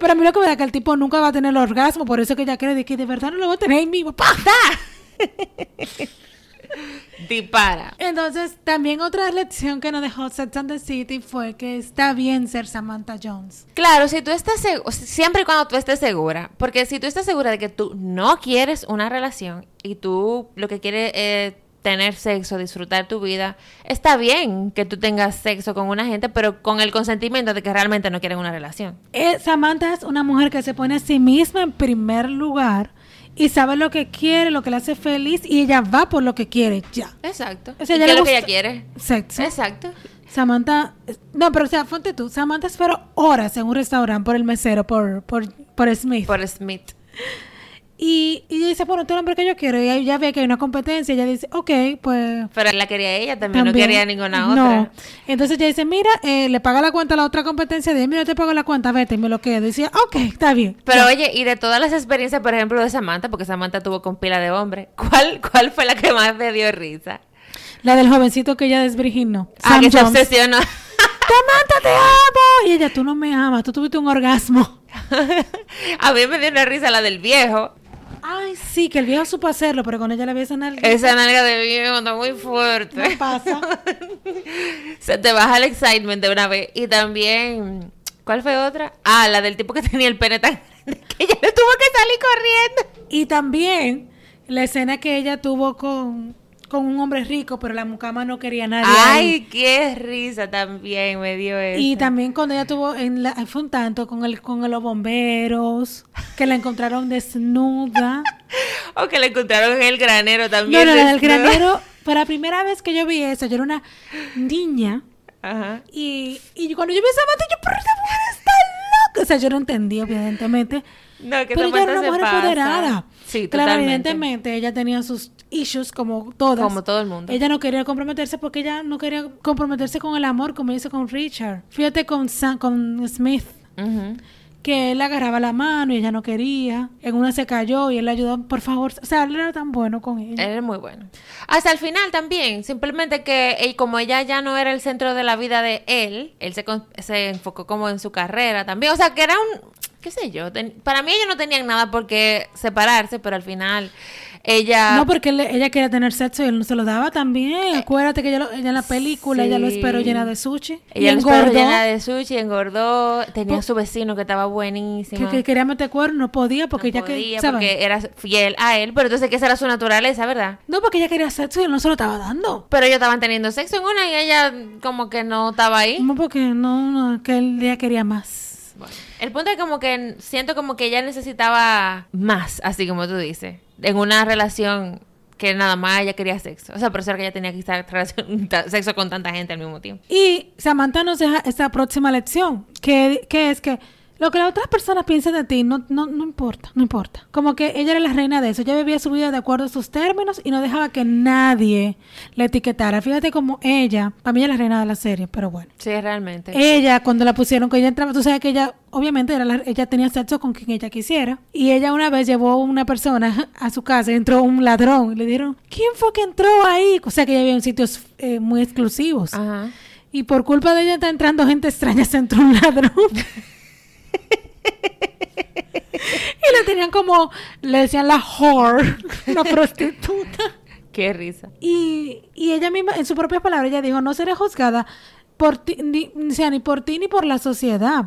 [SPEAKER 2] Pero a mí lo que me da que el tipo nunca va a tener el orgasmo, por eso que ella cree de que de verdad no lo va a tener ahí mismo. ¡Pah!
[SPEAKER 1] Dispara.
[SPEAKER 2] Entonces, también otra lección que nos dejó Sex and the City fue que está bien ser Samantha Jones.
[SPEAKER 1] Claro, si tú estás seg- o sea, siempre y cuando tú estés segura, porque si tú estás segura de que tú no quieres una relación y tú lo que quieres es tener sexo, disfrutar tu vida, está bien que tú tengas sexo con una gente, pero con el consentimiento de que realmente no quieren una relación.
[SPEAKER 2] Eh, Samantha es una mujer que se pone a sí misma en primer lugar y sabe lo que quiere, lo que la hace feliz y ella va por lo que quiere, ya.
[SPEAKER 1] Exacto.
[SPEAKER 2] O sea,
[SPEAKER 1] ¿Y
[SPEAKER 2] ya
[SPEAKER 1] qué
[SPEAKER 2] le
[SPEAKER 1] es lo que
[SPEAKER 2] gusta-
[SPEAKER 1] ella quiere?
[SPEAKER 2] Sexo.
[SPEAKER 1] Exacto.
[SPEAKER 2] Samantha, no, pero o sea, ponte tú, Samantha esperó horas en un restaurante por el mesero, por, por, por Smith.
[SPEAKER 1] Por Smith.
[SPEAKER 2] Y, y ella dice, bueno, este es el hombre que yo quiero. Y ahí ya ve que hay una competencia. Y ella dice, ok, pues...
[SPEAKER 1] Pero la quería ella también, no quería ninguna otra.
[SPEAKER 2] No. Entonces ella dice, mira, eh, le paga la cuenta a la otra competencia. Dice, mira, yo te pago la cuenta, vete, y me lo quedo. Y dice, ok, está bien.
[SPEAKER 1] Pero oye, y de todas las experiencias, por ejemplo, de Samantha, porque Samantha tuvo con pila de hombre, ¿cuál, cuál fue la que más te dio risa?
[SPEAKER 2] La del jovencito que ella desvirginó.
[SPEAKER 1] Ah,
[SPEAKER 2] Sam
[SPEAKER 1] que se
[SPEAKER 2] Jones.
[SPEAKER 1] obsesionó.
[SPEAKER 2] Samantha, te amo. Y ella, tú no me amas, tú tuviste un orgasmo.
[SPEAKER 1] A mí me dio una risa la del viejo.
[SPEAKER 2] Ay, sí, que el viejo supo hacerlo, pero con ella le había sanado.
[SPEAKER 1] Esa nalga del viejo está muy
[SPEAKER 2] no
[SPEAKER 1] fuerte.
[SPEAKER 2] pasa.
[SPEAKER 1] Se te baja el excitement de una vez. Y también, ¿cuál fue otra? Ah, la del tipo que tenía el pene tan grande que ella le tuvo que salir corriendo.
[SPEAKER 2] Y también la escena que ella tuvo con, con un hombre rico, pero la mucama no quería a nadie. ahí.
[SPEAKER 1] Ay, qué risa también me dio eso.
[SPEAKER 2] Y también cuando ella tuvo en la, fue un tanto con el con los bomberos, que la encontraron desnuda.
[SPEAKER 1] O Oh, que le encontraron en el granero
[SPEAKER 2] No,
[SPEAKER 1] también.
[SPEAKER 2] no, el
[SPEAKER 1] desnuda.
[SPEAKER 2] granero, para la primera vez que yo vi eso, yo era una niña.
[SPEAKER 1] Ajá.
[SPEAKER 2] Y, y cuando yo vi esa bata, yo, pero esa mujer está loca. O sea, yo no entendía, evidentemente.
[SPEAKER 1] No, que
[SPEAKER 2] pero ella
[SPEAKER 1] esa
[SPEAKER 2] era
[SPEAKER 1] parte
[SPEAKER 2] una
[SPEAKER 1] se
[SPEAKER 2] mujer
[SPEAKER 1] pasa.
[SPEAKER 2] empoderada.
[SPEAKER 1] Sí,
[SPEAKER 2] Claro,
[SPEAKER 1] totalmente.
[SPEAKER 2] evidentemente, ella tenía sus issues como todas.
[SPEAKER 1] Como todo el mundo.
[SPEAKER 2] Ella no quería comprometerse porque ella no quería comprometerse con el amor, como hizo con Richard. Fíjate con, Sam- con Smith,
[SPEAKER 1] Ujú.
[SPEAKER 2] que él agarraba la mano y ella no quería. En una se cayó y él la ayudó, por favor. O sea, él era tan bueno con ella.
[SPEAKER 1] Él es muy bueno. Hasta el final también, simplemente que eh, como ella ya no era el centro de la vida de él, él se, con- se enfocó como en su carrera también. O sea, que era un... qué sé yo. ten- para mí ellos no tenían nada por qué separarse, pero al final ella...
[SPEAKER 2] No, porque él- ella quería tener sexo y él no se lo daba también. Acuérdate que ella, lo- ella en la película, ella lo
[SPEAKER 1] Eh, sí.
[SPEAKER 2] esperó llena de sushi.
[SPEAKER 1] Ella
[SPEAKER 2] y
[SPEAKER 1] lo esperó
[SPEAKER 2] engordó.
[SPEAKER 1] llena de sushi, engordó, tenía
[SPEAKER 2] Po-
[SPEAKER 1] su vecino que estaba
[SPEAKER 2] Que,
[SPEAKER 1] buenísimo.
[SPEAKER 2] que quería meter cuerno, no podía porque
[SPEAKER 1] no
[SPEAKER 2] ella que-
[SPEAKER 1] podía
[SPEAKER 2] ¿sabes?
[SPEAKER 1] porque era fiel a él, pero entonces que esa era su naturaleza, ¿verdad?
[SPEAKER 2] No, porque ella quería sexo y él no se lo estaba dando.
[SPEAKER 1] Pero ellos estaban teniendo sexo en una y ella como que no estaba ahí.
[SPEAKER 2] No, porque no, no, que él ya quería más.
[SPEAKER 1] Bueno, el punto es como que siento como que ella necesitaba más, así como tú dices, en una relación que nada más ella quería sexo. O sea, por eso era que ella tenía que estar relacion- ta- sexo con tanta gente al mismo tiempo.
[SPEAKER 2] Y Samantha nos deja esta próxima lección, que, que es que lo que las otras personas piensan de ti no, no, no importa, no importa. Como que ella era la reina de eso, ella vivía su vida de acuerdo a sus términos y no dejaba que nadie la etiquetara. Fíjate como ella, para mí ella es la reina de la serie, pero bueno.
[SPEAKER 1] Sí, realmente.
[SPEAKER 2] Ella, cuando la pusieron, que ella entraba, tú sabes que ella, obviamente, era la- ella tenía sexo con quien ella quisiera. Y ella una vez llevó una persona a su casa, entró un ladrón, y le dijeron, ¿quién fue que entró ahí? O sea, que ella había en sitios eh, muy exclusivos.
[SPEAKER 1] Ajá.
[SPEAKER 2] Y por culpa de ella está entrando gente extraña, se entró un ladrón. y la tenían como, le decían la whore, una prostituta.
[SPEAKER 1] Qué risa.
[SPEAKER 2] Y, y ella misma, en sus propias palabras, ella dijo, no seré juzgada por ti, ni, o sea, ni por ti ni por la sociedad.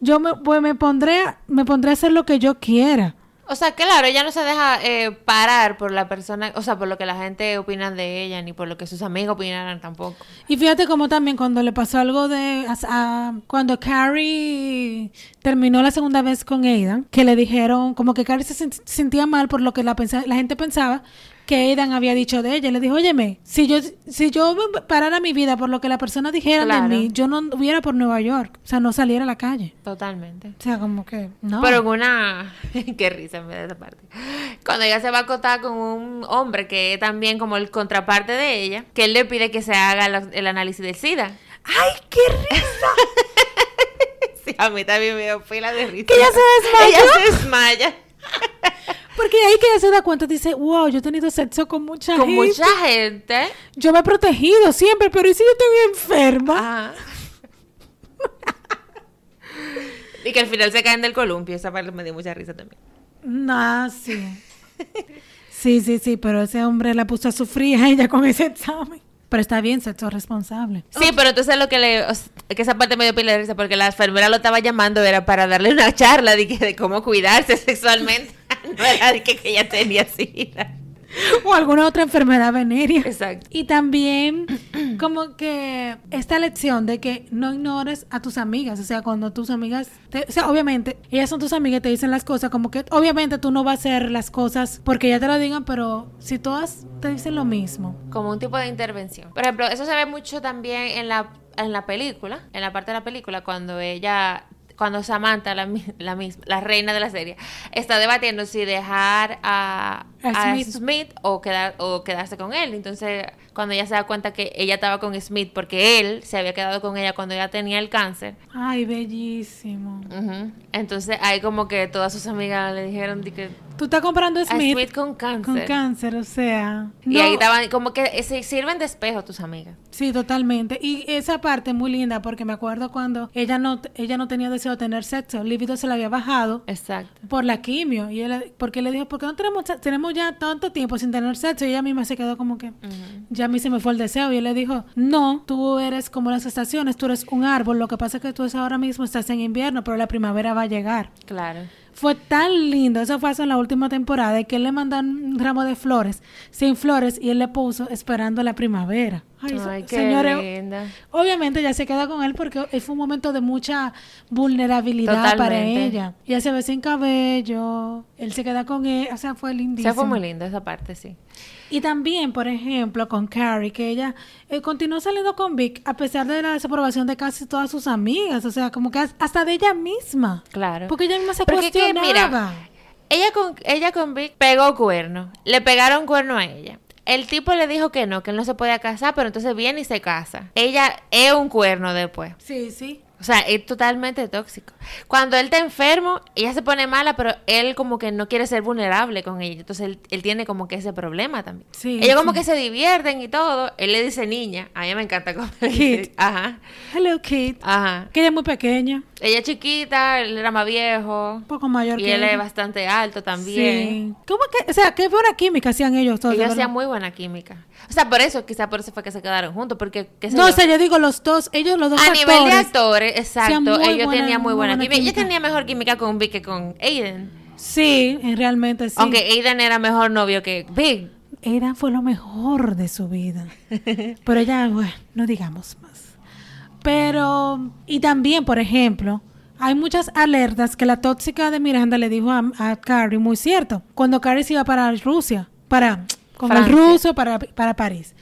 [SPEAKER 2] Yo me, pues, me, pondré, a- me pondré a hacer lo que yo quiera.
[SPEAKER 1] O sea, claro, ella no se deja eh, parar por la persona, o sea, por lo que la gente opina de ella, ni por lo que sus amigos opinaran tampoco.
[SPEAKER 2] Y fíjate como también cuando le pasó algo de... a- a- cuando Carrie terminó la segunda vez con Aidan, que le dijeron como que Carrie se sent- sentía mal por lo que la, pensa- la gente pensaba que Aidan había dicho de ella. Le dijo, óyeme, si yo, si yo me parara mi vida por lo que la persona dijera de
[SPEAKER 1] Claro.
[SPEAKER 2] mí, yo no hubiera por Nueva York. O sea, no saliera a la calle.
[SPEAKER 1] Totalmente.
[SPEAKER 2] O sea, como que... No.
[SPEAKER 1] Pero en una... Qué risa me da esa parte. Cuando ella se va a acotar con un hombre que es también como el contraparte de ella, que él le pide que se haga la- el análisis del SIDA.
[SPEAKER 2] ¡Ay, qué risa!
[SPEAKER 1] Sí, a mí también me dio pila de risa.
[SPEAKER 2] Que ella se desmayó.
[SPEAKER 1] Ella se desmaya.
[SPEAKER 2] Porque ahí que ella se da cuenta, dice, wow, yo he tenido sexo con mucha
[SPEAKER 1] Con
[SPEAKER 2] gente.
[SPEAKER 1] mucha gente.
[SPEAKER 2] Yo me he protegido siempre, pero ¿y si yo estoy enferma?
[SPEAKER 1] Ajá. Y que al final se caen del columpio. Esa parte me dio mucha risa también.
[SPEAKER 2] No, sí. Sí, sí, sí, pero ese hombre la puso a sufrir a ella con ese examen. Pero está bien, sexo responsable.
[SPEAKER 1] Sí, pero entonces lo que le... o sea, que esa parte me dio pila de risa porque la enfermera lo estaba llamando era para darle una charla de, que- de cómo cuidarse sexualmente. No era de que, que ella tenía sida.
[SPEAKER 2] O alguna otra enfermedad venérea.
[SPEAKER 1] Exacto.
[SPEAKER 2] Y también como que esta lección de que no ignores a tus amigas, o sea, cuando tus amigas, te- o sea, obviamente, ellas son tus amigas y te dicen las cosas, como que obviamente tú no vas a hacer las cosas porque ellas te lo digan, pero si todas te dicen lo mismo,
[SPEAKER 1] Como un tipo de intervención. Por ejemplo, eso se ve mucho también en la, en la película, en la parte de la película, cuando ella... Cuando Samantha, la, mi- la misma, la reina de la serie, está debatiendo si dejar a,
[SPEAKER 2] A
[SPEAKER 1] a
[SPEAKER 2] Smith.
[SPEAKER 1] Smith o, quedar, o quedarse con él. Entonces, cuando ella se da cuenta que ella estaba con Smith porque él se había quedado con ella cuando ella tenía el cáncer,
[SPEAKER 2] ay, bellísimo.
[SPEAKER 1] Ujú. Entonces ahí como que todas sus amigas le dijeron de que
[SPEAKER 2] Tú estás comprando
[SPEAKER 1] a
[SPEAKER 2] Smith,
[SPEAKER 1] Smith, con cáncer.
[SPEAKER 2] con cáncer, o sea.
[SPEAKER 1] Y
[SPEAKER 2] no.
[SPEAKER 1] ahí estaban como que eh, se sirven de espejo tus amigas.
[SPEAKER 2] Sí, totalmente. Y esa parte muy linda porque me acuerdo cuando ella no ella no tenía deseo de tener sexo, el libido se le había bajado
[SPEAKER 1] Exacto.
[SPEAKER 2] por la quimio y él porque él le dijo, "¿Por qué no tenemos se- tenemos ya tanto tiempo sin tener sexo?" Y ella misma se quedó como que ya a mí se me fue el deseo y él le dijo, "No, tú eres como las estaciones, tú eres un árbol, lo que pasa es que tú es- ahora mismo estás en invierno, pero la primavera va a llegar."
[SPEAKER 1] Claro.
[SPEAKER 2] Fue tan lindo, eso fue hace en la última temporada, y que él le mandó un ramo de flores, sin flores, y él le puso esperando la primavera. Ay,
[SPEAKER 1] Ay,
[SPEAKER 2] se-
[SPEAKER 1] qué
[SPEAKER 2] señores,
[SPEAKER 1] linda.
[SPEAKER 2] obviamente ya se queda con él porque fue un momento de mucha vulnerabilidad para
[SPEAKER 1] Totalmente.
[SPEAKER 2] ella. Ya se ve sin cabello, él se queda con él, o sea, fue
[SPEAKER 1] O
[SPEAKER 2] lindísimo.
[SPEAKER 1] sea, fue muy linda esa parte, sí.
[SPEAKER 2] Y también, por ejemplo, con Carrie, que ella eh, continuó saliendo con Vic a pesar de la desaprobación de casi todas sus amigas, o sea, como que has- hasta de ella misma.
[SPEAKER 1] Claro.
[SPEAKER 2] Porque ella misma se
[SPEAKER 1] Porque es que,
[SPEAKER 2] cuestionaba.
[SPEAKER 1] mira, Ella con, ella con Vic pegó cuerno. Le pegaron cuerno a ella. El tipo le dijo que no, que él no se podía casar, pero entonces viene y se casa. Ella es un cuerno después.
[SPEAKER 2] Sí, sí.
[SPEAKER 1] O O sea, es totalmente tóxico. Cuando él está enfermo, ella se pone mala, pero él como que no quiere ser vulnerable con ella. Entonces él, él tiene como que ese problema también.
[SPEAKER 2] Sí,
[SPEAKER 1] Ellos como
[SPEAKER 2] sí.
[SPEAKER 1] que se divierten y todo. Él le dice niña. A mí me encanta como le
[SPEAKER 2] Kid.
[SPEAKER 1] dice- Ajá.
[SPEAKER 2] Hello, Kid.
[SPEAKER 1] Ajá.
[SPEAKER 2] Que ella es muy pequeña,
[SPEAKER 1] Ella es chiquita, él era más viejo.
[SPEAKER 2] un poco mayor
[SPEAKER 1] Y
[SPEAKER 2] que
[SPEAKER 1] él es
[SPEAKER 2] ella.
[SPEAKER 1] bastante alto también.
[SPEAKER 2] Sí. ¿Cómo que? O sea, qué buena química hacían ellos todos. de
[SPEAKER 1] Ellos
[SPEAKER 2] verdad.
[SPEAKER 1] hacían muy buena química. O sea, por eso, quizá por eso fue que se quedaron juntos, porque... qué sé
[SPEAKER 2] No,
[SPEAKER 1] yo.
[SPEAKER 2] o sea, yo digo los dos, ellos los dos
[SPEAKER 1] A
[SPEAKER 2] actores.
[SPEAKER 1] nivel de actores, exacto.
[SPEAKER 2] muy
[SPEAKER 1] ellos
[SPEAKER 2] buena-
[SPEAKER 1] tenían muy buena, química. Ella
[SPEAKER 2] química.
[SPEAKER 1] tenía mejor química con Vic que con Aiden.
[SPEAKER 2] Sí, eh, realmente sí.
[SPEAKER 1] Aunque Aiden era mejor novio que Vic.
[SPEAKER 2] Era fue lo mejor de su vida. Pero ya, bueno, no digamos más. Pero, y también, por ejemplo, hay muchas alertas que la tóxica de Miranda le dijo a, a Carrie, muy cierto, cuando Carrie se iba para Rusia, para, con el
[SPEAKER 1] Francia.
[SPEAKER 2] ruso, para, para París.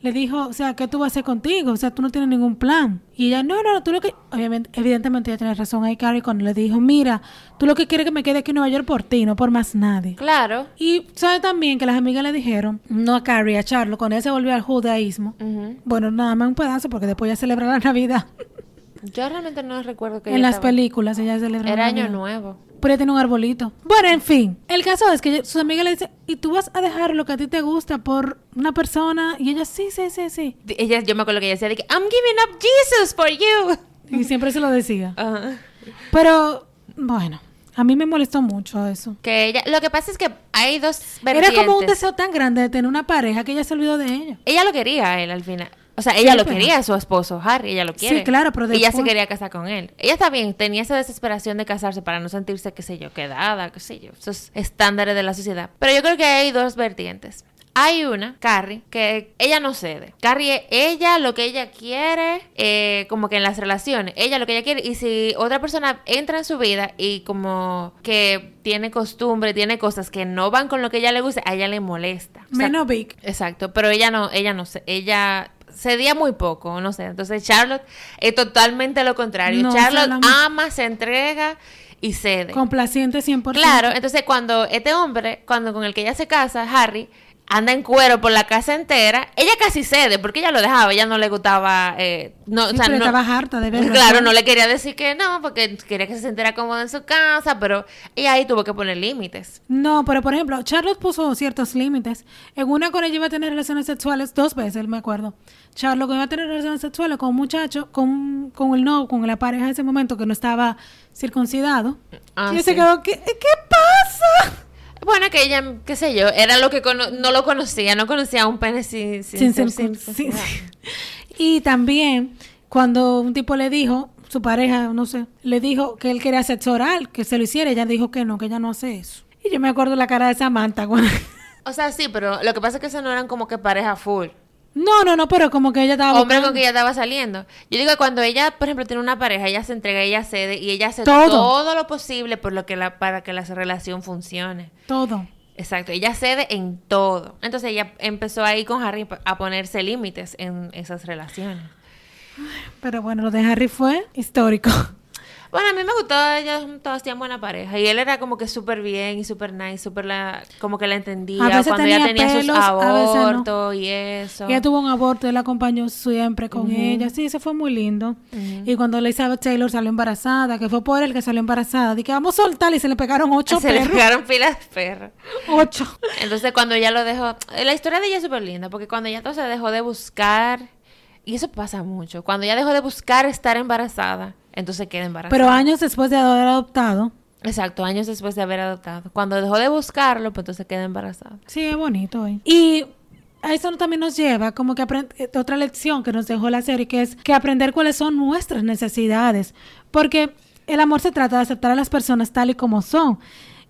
[SPEAKER 2] Le dijo, o sea, ¿qué tú vas a hacer contigo? O sea, tú no tienes ningún plan. Y ella, no, no, no, tú lo que... Obviamente, evidentemente ella tiene razón ahí, Carrie, cuando le dijo, mira, tú lo que quieres es que me quede aquí en Nueva York por ti, no por más nadie.
[SPEAKER 1] Claro.
[SPEAKER 2] Y sabe también que las amigas le dijeron, no a Carrie, a Charlo, cuando ella se volvió al judaísmo.
[SPEAKER 1] Ujú.
[SPEAKER 2] Bueno, nada más un pedazo porque después ya celebra la Navidad.
[SPEAKER 1] Yo realmente no recuerdo que
[SPEAKER 2] en
[SPEAKER 1] ella
[SPEAKER 2] las
[SPEAKER 1] estaba-
[SPEAKER 2] películas ella celebra
[SPEAKER 1] Era
[SPEAKER 2] la
[SPEAKER 1] año
[SPEAKER 2] Navidad.
[SPEAKER 1] nuevo.
[SPEAKER 2] Pero ella tiene un arbolito. Bueno, en fin. El caso es que ella- sus amigas le dicen, ¿y tú vas a dejar lo que a ti te gusta por una persona? Y ella, sí, sí, sí, sí.
[SPEAKER 1] D- Ella, yo me acuerdo que ella decía de que I'm giving up Jesus for you.
[SPEAKER 2] Y siempre se lo decía.
[SPEAKER 1] Ajá.
[SPEAKER 2] Pero, bueno, a mí me molestó mucho eso.
[SPEAKER 1] Que ella, lo que pasa es que hay dos
[SPEAKER 2] Era
[SPEAKER 1] vertientes.
[SPEAKER 2] como un deseo tan grande de tener una pareja que ella se olvidó de ella.
[SPEAKER 1] Ella lo quería a él al final. O sea, ella
[SPEAKER 2] Sí,
[SPEAKER 1] lo
[SPEAKER 2] pero-
[SPEAKER 1] quería a su esposo, Harry, ella lo
[SPEAKER 2] Sí,
[SPEAKER 1] quiere.
[SPEAKER 2] claro, pero
[SPEAKER 1] Y Ella se
[SPEAKER 2] después-
[SPEAKER 1] quería casar con él. Ella está bien, tenía esa desesperación de casarse para no sentirse, qué sé yo, quedada, qué sé yo, esos estándares de la sociedad. Pero yo creo que hay dos vertientes. Hay una, Carrie, que ella no cede. Carrie, ella lo que ella quiere, eh, como que en las relaciones, ella lo que ella quiere. Y si otra persona entra en su vida y como que tiene costumbre, tiene cosas que no van con lo que ella le gusta, a ella le molesta. O sea,
[SPEAKER 2] Menos Vic.
[SPEAKER 1] Exacto, pero ella no, ella no, se- ella cedía muy poco, no sé. Entonces Charlotte es totalmente lo contrario.
[SPEAKER 2] No,
[SPEAKER 1] Charlotte
[SPEAKER 2] Charlotte-
[SPEAKER 1] ama, se entrega y cede.
[SPEAKER 2] Complaciente 100%.
[SPEAKER 1] Claro, entonces cuando este hombre, cuando con el que ella se casa, Harry, anda en cuero por la casa entera, ella casi cede porque ella lo dejaba, ella no le gustaba, eh, no, o
[SPEAKER 2] Sí,
[SPEAKER 1] sea,
[SPEAKER 2] pero
[SPEAKER 1] no-
[SPEAKER 2] estaba harta de verlo.
[SPEAKER 1] Claro, no le quería decir que no, porque quería que se sintiera cómoda en su casa, pero ella ahí tuvo que poner límites.
[SPEAKER 2] No, pero por ejemplo, Charlotte puso ciertos límites. En una con ella iba a tener relaciones sexuales dos veces, me acuerdo. Charlotte iba a tener relaciones sexuales con un muchacho, con, con el no, con la pareja de ese momento que no estaba circuncidado.
[SPEAKER 1] Ah,
[SPEAKER 2] y ella se
[SPEAKER 1] sí.
[SPEAKER 2] quedó, ¿qué, qué pasa?
[SPEAKER 1] Bueno, que ella, qué sé yo, era lo que cono- no lo conocía, no conocía un pene sin, sin,
[SPEAKER 2] Sin
[SPEAKER 1] ser
[SPEAKER 2] circun-
[SPEAKER 1] circuncidado.
[SPEAKER 2] sin- Y también cuando un tipo le dijo, su pareja, no sé, le dijo que él quería sexo oral, que se lo hiciera, ella dijo que no, que ella no hace eso. Y yo me acuerdo la cara de Samantha cuando...
[SPEAKER 1] O sea, sí, pero lo que pasa es que esas no eran como que pareja full.
[SPEAKER 2] No, no, no, pero como que ella estaba
[SPEAKER 1] Hombre con
[SPEAKER 2] buscando.
[SPEAKER 1] que ella estaba saliendo. Yo digo que cuando ella, por ejemplo, tiene una pareja, ella se entrega, ella cede y ella hace
[SPEAKER 2] Todo.
[SPEAKER 1] todo, lo posible por lo que la, para que la relación funcione.
[SPEAKER 2] Todo.
[SPEAKER 1] Exacto, ella cede en todo. Entonces ella empezó ahí con Harry a ponerse límites en esas relaciones.
[SPEAKER 2] Pero bueno, lo de Harry fue histórico.
[SPEAKER 1] Bueno, a mí me gustó, ellos todos tenían buena pareja. Y él era como que súper bien y súper nice, súper la, como que la entendía.
[SPEAKER 2] A veces
[SPEAKER 1] cuando
[SPEAKER 2] tenía
[SPEAKER 1] ella tenía sus
[SPEAKER 2] pelos, a veces no.
[SPEAKER 1] abortos y eso.
[SPEAKER 2] Ella tuvo un aborto, él la acompañó siempre con ella. Sí, eso fue muy lindo. Y cuando Elizabeth Taylor salió embarazada, que fue por él que salió embarazada, dije, vamos a soltar y se le pegaron ocho
[SPEAKER 1] Ah, Se le
[SPEAKER 2] perros.
[SPEAKER 1] pegaron pilas de perro.
[SPEAKER 2] Ocho.
[SPEAKER 1] Entonces cuando ella lo dejó... La historia de ella es súper linda, porque cuando ella entonces dejó de buscar... Y eso pasa mucho. Cuando ella dejó de buscar estar embarazada, entonces queda embarazada.
[SPEAKER 2] Pero años después de haber adoptado,
[SPEAKER 1] Exacto, años después de haber adoptado. Cuando dejó de buscarlo, pues entonces queda embarazada.
[SPEAKER 2] Sí, es bonito. ¿eh? Y a eso también nos lleva como que aprend- eh, otra lección que nos dejó la serie, que es que aprender cuáles son nuestras necesidades. Porque el amor se trata de aceptar a las personas tal y como son,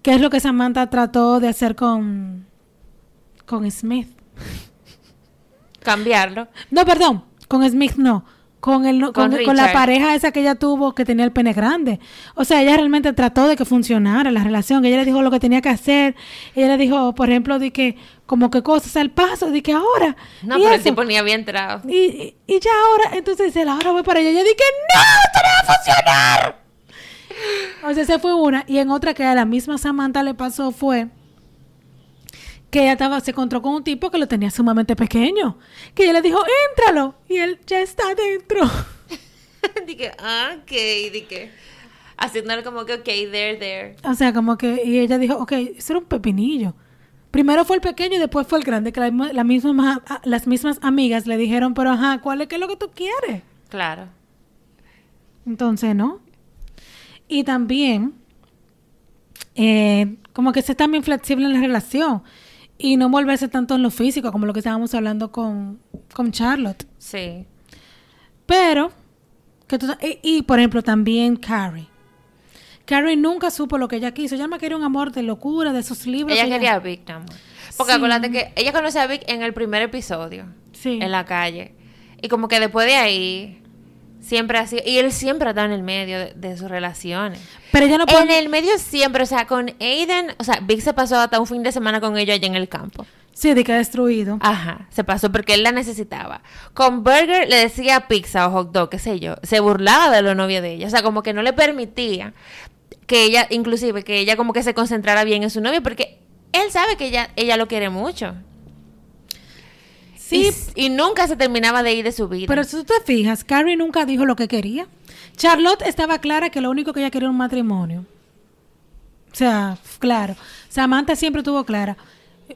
[SPEAKER 2] que es lo que Samantha trató de hacer con, con Smith.
[SPEAKER 1] Cambiarlo.
[SPEAKER 2] No, perdón, con Smith no. Con, el, no-
[SPEAKER 1] Con
[SPEAKER 2] con, con la
[SPEAKER 1] Richard.
[SPEAKER 2] pareja esa que ella tuvo que tenía el pene grande. O sea, ella realmente trató de que funcionara la relación. Ella le dijo lo que tenía que hacer. Ella le dijo, por ejemplo, de que como que cosas al paso, de que ahora.
[SPEAKER 1] No,
[SPEAKER 2] y
[SPEAKER 1] pero el
[SPEAKER 2] eso.
[SPEAKER 1] tipo ni había entrado.
[SPEAKER 2] y, y- y ya ahora, entonces dice, "La ahora voy para ella. Ella dije, no, esto no va a funcionar. O sea, esa fue una. Y en otra que a la misma Samantha le pasó fue que ella estaba, se encontró con un tipo que lo tenía sumamente pequeño. Que ella le dijo, éntralo. Y él ya está adentro.
[SPEAKER 1] dije, ah, ok, dije. Haciéndole como que, ok, there, there.
[SPEAKER 2] O sea, como que, y ella dijo, ok, eso era un pepinillo. Primero fue el pequeño y después fue el grande, que la misma- la misma- a- las mismas amigas le dijeron, pero ajá, ¿cuál es, qué es lo que tú quieres?
[SPEAKER 1] Claro.
[SPEAKER 2] Entonces, ¿no? Y también, eh, como que ser también flexible en la relación y no volverse tanto en lo físico, como lo que estábamos hablando con, con Charlotte.
[SPEAKER 1] Sí.
[SPEAKER 2] Pero, que tú, y, y, por ejemplo, también Carrie. Carrie nunca supo lo que ella quiso. Ella me quería un amor de locura, de esos libros.
[SPEAKER 1] Ella
[SPEAKER 2] que
[SPEAKER 1] quería a Vic, nada más. Porque
[SPEAKER 2] Sí.
[SPEAKER 1] acuérdate que ella conoce a Vic en el primer episodio.
[SPEAKER 2] Sí.
[SPEAKER 1] En la calle. Y como que después de ahí, siempre ha sido. Y él siempre ha estado en el medio de, de sus relaciones.
[SPEAKER 2] Pero ella no
[SPEAKER 1] En
[SPEAKER 2] puede...
[SPEAKER 1] el medio siempre, o sea, con Aiden, o sea, Vic se pasó hasta un fin de semana con ellos allá en el campo.
[SPEAKER 2] Sí, de que ha destruido.
[SPEAKER 1] Ajá, se pasó porque él la necesitaba. Con Burger le decía pizza o hot dog, qué sé yo. Se burlaba de los novios de ella. O sea, como que no le permitía que ella, inclusive, que ella como que se concentrara bien en su novio porque él sabe que ella, ella lo quiere mucho.
[SPEAKER 2] Sí,
[SPEAKER 1] Y, y nunca se terminaba de ir de su vida.
[SPEAKER 2] pero si tú te fijas, Carrie nunca dijo lo que quería. Charlotte estaba clara que lo único que ella quería era un matrimonio. O sea, f- claro. Samantha siempre tuvo clara.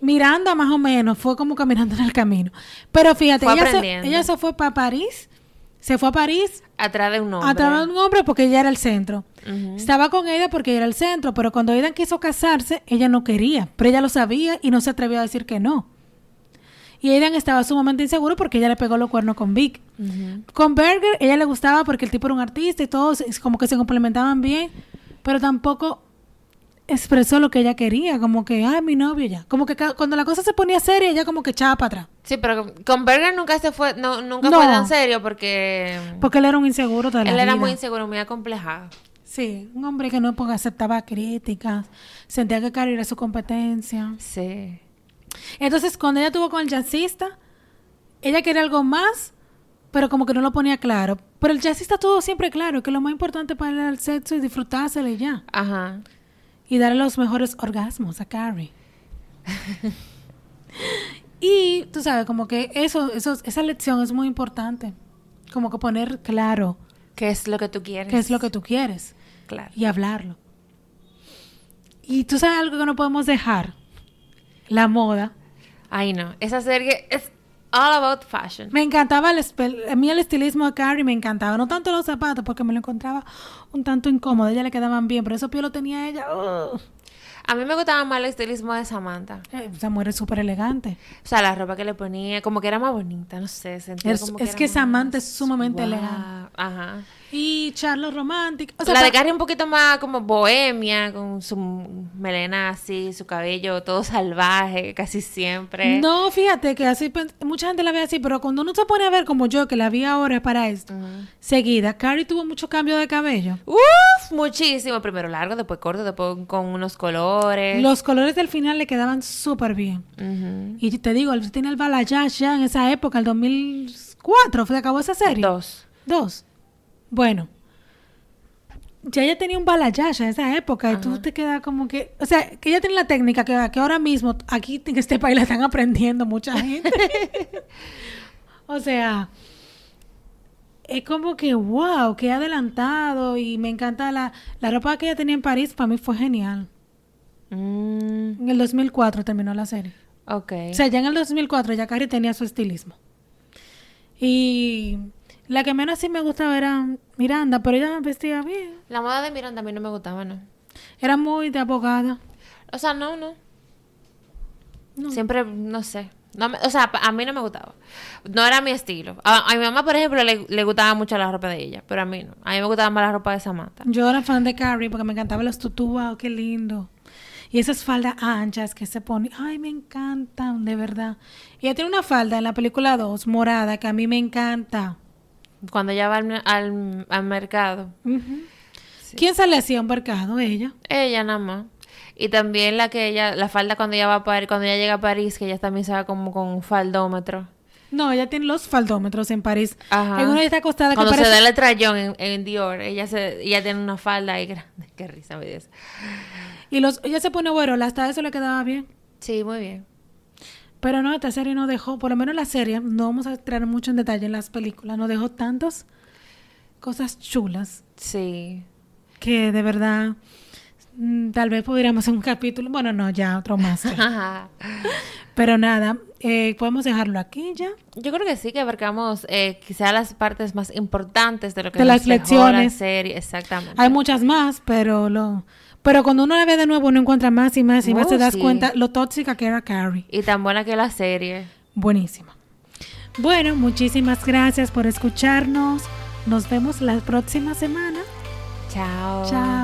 [SPEAKER 2] Miranda más o menos, fue como caminando en el camino. Pero fíjate,
[SPEAKER 1] Fue
[SPEAKER 2] ella se,
[SPEAKER 1] aprendiendo.
[SPEAKER 2] ella se fue para París. Se fue a París
[SPEAKER 1] atrás de un hombre.
[SPEAKER 2] a través de un hombre porque ella era el centro.
[SPEAKER 1] Ujú.
[SPEAKER 2] Estaba con Aidan porque ella era el centro, pero cuando Aidan quiso casarse, ella no quería, pero ella lo sabía y no se atrevió a decir que no. Y Aidan estaba sumamente inseguro porque ella le pegó los cuernos con Vic.
[SPEAKER 1] Ujú.
[SPEAKER 2] Con Berger, ella le gustaba porque el tipo era un artista y todos es como que se complementaban bien, pero tampoco expresó lo que ella quería, como que, ay, mi novio ya. Como que ca- cuando la cosa se ponía seria, ella como que echaba para atrás,
[SPEAKER 1] Sí, pero con- con Burger nunca se fue, no, nunca
[SPEAKER 2] No.
[SPEAKER 1] fue tan serio porque
[SPEAKER 2] porque él era un inseguro de la
[SPEAKER 1] él era
[SPEAKER 2] vida.
[SPEAKER 1] muy inseguro, muy acomplejado.
[SPEAKER 2] Sí, un hombre que no porque aceptaba críticas, sentía que Carrie era su competencia.
[SPEAKER 1] Sí.
[SPEAKER 2] Entonces, cuando ella tuvo con el jazzista, ella quería algo más, pero como que no lo ponía claro. Pero el jazzista tuvo siempre claro que lo más importante para él era el sexo y disfrutárselo y ya.
[SPEAKER 1] Ajá.
[SPEAKER 2] Y darle los mejores orgasmos a Carrie. y tú sabes, como que eso, eso, esa lección es muy importante. Como que poner claro
[SPEAKER 1] ¿Qué es lo que tú quieres?
[SPEAKER 2] qué es lo que tú quieres
[SPEAKER 1] Claro.
[SPEAKER 2] y hablarlo. Y tú sabes algo que no podemos dejar. La moda.
[SPEAKER 1] Ay, no. Esa serie es all about fashion.
[SPEAKER 2] Me encantaba el, espe- a mí el estilismo de Carrie, me encantaba. No tanto los zapatos, porque me lo encontraba un tanto incómodo. A ella le quedaban bien, pero esos pies lo tenía ella. ugh.
[SPEAKER 1] A mí me gustaba más el estilismo de Samantha.
[SPEAKER 2] Eh, esa mujer es súper elegante.
[SPEAKER 1] O sea, la ropa que le ponía, como que era más bonita, no sé. Sentía
[SPEAKER 2] Es-
[SPEAKER 1] como
[SPEAKER 2] es
[SPEAKER 1] era
[SPEAKER 2] que
[SPEAKER 1] más-
[SPEAKER 2] Samantha es sumamente
[SPEAKER 1] Guau.
[SPEAKER 2] elegante.
[SPEAKER 1] Ajá.
[SPEAKER 2] Y Charlotte Romantic. O sea,
[SPEAKER 1] la de
[SPEAKER 2] ta-
[SPEAKER 1] Carrie un poquito más como bohemia, con su melena así, su cabello todo salvaje, casi siempre.
[SPEAKER 2] No, fíjate que así pen- mucha gente la ve así, pero cuando uno se pone a ver como yo, que la vi ahora para esto,
[SPEAKER 1] Ujú.
[SPEAKER 2] seguida, Carrie tuvo mucho cambio de cabello.
[SPEAKER 1] Uf, muchísimo. Primero largo, después corto, después con unos colores.
[SPEAKER 2] Los colores del final le quedaban súper bien.
[SPEAKER 1] Ujú.
[SPEAKER 2] Y te digo, él tiene el balayage ya en esa época, el 2004, fue que acabó esa serie.
[SPEAKER 1] Dos.
[SPEAKER 2] Dos. Bueno. Ya ella tenía un balayage en esa época y tú te quedas como que... O sea, que ella tiene la técnica que, que ahora mismo aquí en este país la están aprendiendo mucha gente. o sea, es como que wow, que adelantado y me encanta la, la ropa que ella tenía en París, para mí fue genial.
[SPEAKER 1] Mm,
[SPEAKER 2] En el 2004 terminó la serie.
[SPEAKER 1] ok.
[SPEAKER 2] O sea, ya en el 2004 ya Carrie tenía su estilismo. Y la que menos sí me gustaba era Miranda, pero ella vestía bien.
[SPEAKER 1] La moda de Miranda a mí no me gustaba, ¿no?
[SPEAKER 2] Era muy de abogada.
[SPEAKER 1] O sea, no, no.
[SPEAKER 2] No.
[SPEAKER 1] Siempre, no sé. No me- o sea, pa- a mí no me gustaba. No era mi estilo. A, a mi mamá, por ejemplo, le, le gustaba mucho la ropa de ella, pero a mí no. A mí me gustaba más la ropa de Samantha.
[SPEAKER 2] Yo era fan de Carrie porque me encantaban los tutú, wow, qué lindo. Y esas faldas anchas que se ponen, ay, me encantan, de verdad. Y ella tiene una falda en la película 2, morada, que a mí me encanta.
[SPEAKER 1] Cuando ella va al, al- al mercado,
[SPEAKER 2] Ujú. ¿Quién se le hacía un mercado? Ella.
[SPEAKER 1] ella nada más. Y también la que ella, la falda cuando ella va a París, cuando ella llega a París, que ella también se va como con un faldómetro.
[SPEAKER 2] No, ella tiene los faldómetros en París.
[SPEAKER 1] Ajá.
[SPEAKER 2] En una ella está acostada que
[SPEAKER 1] Cuando
[SPEAKER 2] parece-
[SPEAKER 1] se da el trayón en, en Dior, ella se, ella tiene una falda ahí grande. Qué risa me dio eso.
[SPEAKER 2] Y los, ella se pone bueno, hasta eso le quedaba bien.
[SPEAKER 1] Sí, muy bien.
[SPEAKER 2] Pero no, esta serie no dejó, por lo menos la serie, no vamos a entrar mucho en detalle en las películas, no dejó tantos cosas chulas
[SPEAKER 1] Sí.
[SPEAKER 2] que de verdad mm, tal vez pudiéramos hacer un capítulo. Bueno, no, ya otro más.
[SPEAKER 1] Ajá.
[SPEAKER 2] Pero nada, eh, podemos dejarlo aquí ya.
[SPEAKER 1] Yo creo que sí que abarcamos eh, quizá las partes más importantes de lo que
[SPEAKER 2] De
[SPEAKER 1] nos
[SPEAKER 2] las
[SPEAKER 1] dejó
[SPEAKER 2] lecciones.
[SPEAKER 1] la serie, exactamente.
[SPEAKER 2] Hay muchas más, pero lo pero cuando uno la ve de nuevo uno encuentra más y más y más
[SPEAKER 1] Oh,
[SPEAKER 2] te das
[SPEAKER 1] sí.
[SPEAKER 2] cuenta lo tóxica que era Carrie.
[SPEAKER 1] Y tan buena que la serie.
[SPEAKER 2] Buenísima. Bueno, muchísimas gracias por escucharnos. Nos vemos la próxima semana.
[SPEAKER 1] Chao.
[SPEAKER 2] Chao.